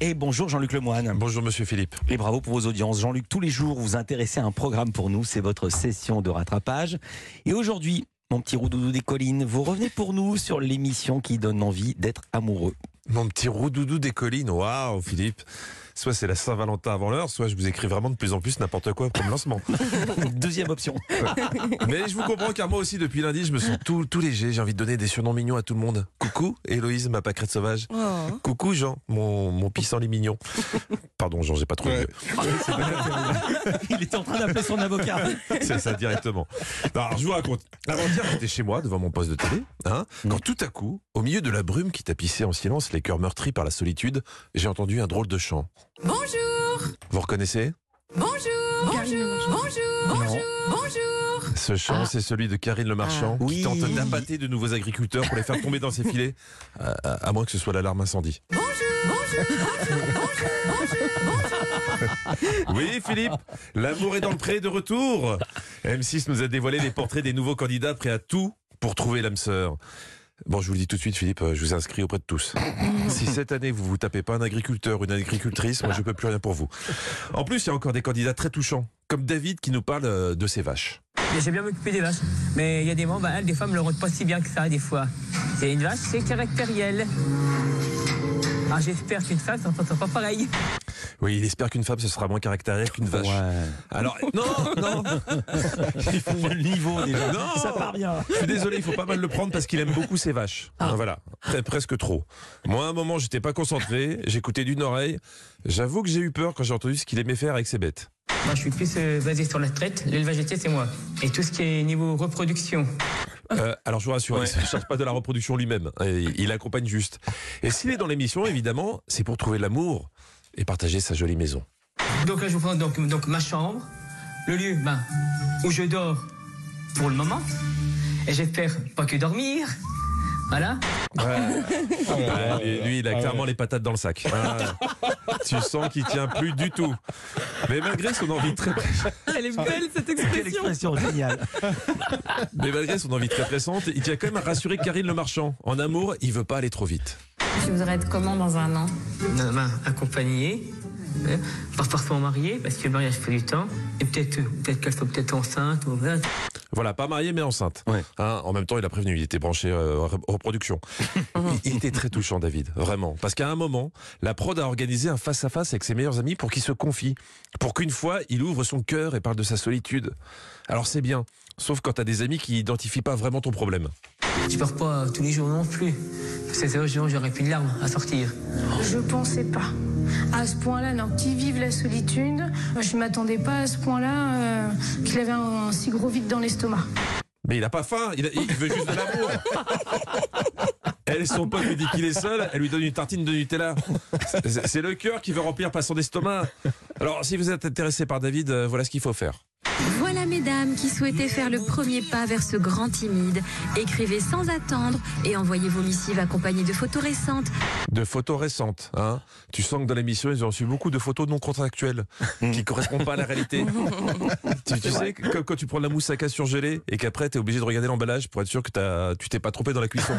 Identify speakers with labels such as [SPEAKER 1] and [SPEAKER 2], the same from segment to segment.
[SPEAKER 1] Et bonjour Jean-Luc Lemoine.
[SPEAKER 2] Bonjour Monsieur Philippe.
[SPEAKER 1] Et bravo pour vos audiences. Jean-Luc, tous les jours, vous intéressez à un programme pour nous. C'est votre session de rattrapage. Et aujourd'hui, mon petit roudoudou des collines, vous revenez pour nous sur l'émission qui donne envie d'être amoureux.
[SPEAKER 2] Mon petit roudoudou des collines, waouh Philippe. Soit c'est la Saint-Valentin avant l'heure, soit je vous écris vraiment de plus en plus n'importe quoi comme lancement.
[SPEAKER 1] Deuxième option.
[SPEAKER 2] Mais je vous comprends car moi aussi depuis lundi je me sens tout, tout léger, j'ai envie de donner des surnoms mignons à tout le monde. Coucou Héloïse, ma pâquerette sauvage.
[SPEAKER 3] Oh.
[SPEAKER 2] Coucou Jean, mon, mon pissenlit mignon. Pardon Jean, j'ai pas trouvé mieux.
[SPEAKER 1] Il était en train d'appeler son avocat.
[SPEAKER 2] C'est ça directement. Non, alors, je vous raconte. Avant-hier, j'étais chez moi devant mon poste de télé, hein, quand tout à coup, au milieu de la brume qui tapissait en silence les cœurs meurtris par la solitude, j'ai entendu un drôle de chant.
[SPEAKER 4] Bonjour,
[SPEAKER 2] Vous reconnaissez
[SPEAKER 4] bonjour,
[SPEAKER 3] Karine
[SPEAKER 4] bonjour, bonjour, bonjour, bonjour.
[SPEAKER 2] Ce chant, c'est celui de Karine Le
[SPEAKER 1] Ah,
[SPEAKER 2] Marchand qui
[SPEAKER 1] oui.
[SPEAKER 2] tente d'appâter de nouveaux agriculteurs pour les faire tomber dans ses filets, à, à- à moins que ce soit l'alarme incendie. Oui, Philippe, l'amour est dans le pré de retour. M6 nous a dévoilé les portraits des nouveaux candidats prêts à tout pour trouver l'âme sœur. Bon, je vous le dis tout de suite, Philippe, euh, je vous inscris auprès de tous. Si cette année, vous vous tapez pas un agriculteur, une agricultrice, moi, je peux plus rien pour vous. En plus, il y a encore des candidats très touchants, comme David qui nous parle euh, de ses vaches.
[SPEAKER 5] Et J'ai bien m'occuper des vaches, mais il y a des moments, bah, elles, des femmes, ne le rendent pas si bien que ça, des fois. C'est une vache, c'est caractériel. Ah, Alors j'espère qu'une femme s'en sortira pas pareil.
[SPEAKER 2] Oui, il espère qu'une femme, ce sera moins caractériel qu'une vache. Alors, non, non,
[SPEAKER 1] Le niveau déjà.
[SPEAKER 2] Non.
[SPEAKER 1] Ça part Ah, bien.
[SPEAKER 2] Je suis désolé, il faut pas mal le prendre parce qu'il aime beaucoup ses vaches. Hein, Voilà, Très- presque trop. Moi, à un moment, j'étais pas concentré, j'écoutais d'une oreille. J'avoue que j'ai eu peur quand j'ai entendu ce qu'il aimait faire avec ses bêtes.
[SPEAKER 5] Moi, je suis plus euh, basé sur la traite, l'élevage étier, c'est moi. Et tout ce qui est niveau reproduction.
[SPEAKER 2] Euh, alors, je vous rassure, il ne cherche pas de la reproduction lui-même. hein, Et Il accompagne juste. Et s'il est dans l'émission, évidemment, c'est pour trouver l'amour et partager sa jolie maison.
[SPEAKER 5] Donc là, je vous prends donc, donc ma chambre, le lieu ben, où je dors pour le moment. Et j'espère pas que dormir. Voilà.
[SPEAKER 2] Ouais, Ah, lui, lui, il a clairement les patates dans le sac. Ouais. tu sens qu'il tient plus du tout. Mais malgré son envie très
[SPEAKER 3] Elle est belle cette
[SPEAKER 1] Quelle
[SPEAKER 3] expression.
[SPEAKER 1] expression géniale.
[SPEAKER 2] Mais malgré son envie très pressante, il tient quand même à rassurer Karine le Marchand. En amour, il veut pas aller trop vite.
[SPEAKER 4] Je voudrais être comment dans un an
[SPEAKER 5] Non, ben, accompagnée, euh, par parfois mariée, parce que le mariage fait du temps, et peut-être peut qu'elle soit peut-être enceinte, ou voilà.
[SPEAKER 2] Voilà, pas marié mais enceinte.
[SPEAKER 1] Ouais.
[SPEAKER 2] Hein, en même temps, il a prévenu, il était branché euh, re- reproduction. Il- il était très touchant, David, vraiment. Parce qu'à un moment, la prod a organisé un face-à-face avec ses meilleurs amis pour qu'il se confie. Pour qu'une fois, il ouvre son cœur et parle de sa solitude. Alors c'est bien, sauf quand t'as des amis qui identifient pas vraiment ton problème.
[SPEAKER 5] Je pars pas euh, tous les jours non plus. Parce que sinon, sinon, j'aurais plus de larmes à sortir.
[SPEAKER 6] Je pensais pas. À ce point-là, non, qui vive la solitude, je m'attendais pas à ce point-là euh, qu'il avait un, un si gros vide dans l'estomac.
[SPEAKER 2] Mais il a pas faim, il, a- il veut juste de l'amour. Elle, son pote lui dit qu'il est seul, elle lui donne une tartine de Nutella. C'est c'est le cœur qui veut remplir pas son estomac. Alors, si vous êtes intéressé par David, euh, voilà ce qu'il faut faire.
[SPEAKER 4] Voilà, mesdames qui souhaitaient faire le premier pas vers ce grand timide. Écrivez sans attendre et envoyez vos missives accompagnées de photos récentes.
[SPEAKER 2] De photos récentes, hein. Tu sens que dans l'émission, ils ont reçu beaucoup de photos non contractuelles qui correspondent pas à la réalité. tu tu sais, que- comme quand tu prends de la mousse à casse surgelée et qu'après, t'es obligé de regarder l'emballage pour être sûr que t'as- tu t'es pas trompé dans la cuisson.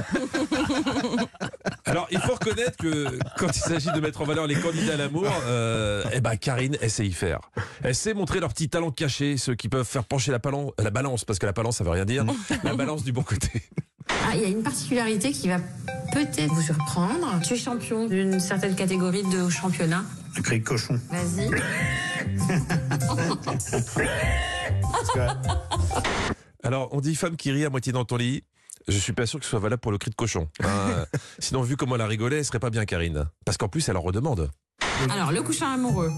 [SPEAKER 2] Alors, il faut reconnaître que quand il s'agit de mettre en valeur les candidats à l'amour, euh, eh ben, Karine, elle sait y faire. Elle sait montrer leurs petits talents cachés, ceux qui peuvent faire pencher la, palan- la balance, parce que la balance, ça veut rien dire, la balance du bon côté.
[SPEAKER 7] Ah, il y a une particularité qui va peut-être vous surprendre. Tu es champion d'une certaine catégorie de championnat.
[SPEAKER 8] Cri de cochon.
[SPEAKER 7] Vas-y.
[SPEAKER 2] Alors, on dit femme qui rit à moitié dans ton lit. Je suis pas sûr que ce soit valable pour le cri de cochon. Euh, sinon, vu comment elle a rigolé, elle serait pas bien, Karine. Parce qu'en plus, elle en redemande.
[SPEAKER 7] Alors, le couchant amoureux.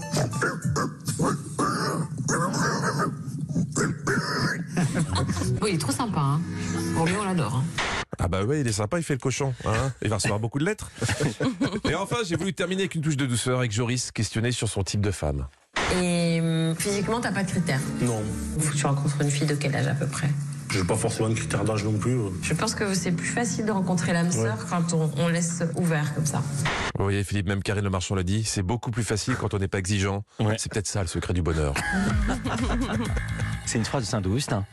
[SPEAKER 7] Oui, il est trop sympa. Hein. Bon, lui, on l'adore. hein.
[SPEAKER 2] Ah bah ouais, il est sympa, il fait le cochon. hein. il va recevoir beaucoup de lettres. Et enfin, j'ai voulu terminer avec une touche de douceur avec Joris, questionné sur son type de femme.
[SPEAKER 7] Et hum, physiquement, t'as pas de critères.
[SPEAKER 8] Non.
[SPEAKER 7] Faut que tu rencontres une fille de quel âge à peu près
[SPEAKER 8] J'ai pas forcément de critères d'âge non plus. euh.
[SPEAKER 7] Je pense que c'est plus facile de rencontrer l'âme sœur quand on, on laisse ouvert comme ça.
[SPEAKER 2] Vous voyez, Philippe, même Karine Le Marchand l'a dit, c'est beaucoup plus facile quand on n'est pas exigeant.
[SPEAKER 1] Ouais.
[SPEAKER 2] C'est peut-être ça le secret du bonheur.
[SPEAKER 1] C'est une phrase de Saint-Augustin.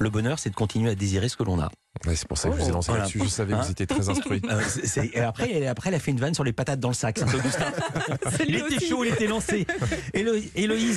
[SPEAKER 1] Le bonheur, c'est de continuer à désirer ce que l'on a.
[SPEAKER 2] Ouais, c'est pour ça que je vous ai lancé
[SPEAKER 1] Oh, Voilà.
[SPEAKER 2] là-dessus. Je savais que vous étiez très instruit.
[SPEAKER 1] Euh, c'est- c'est- et après, elle, après, elle a fait une vanne sur les patates dans le sac. Saint-Augustin. il était chaud, il était lancé. Élo- Héloïse.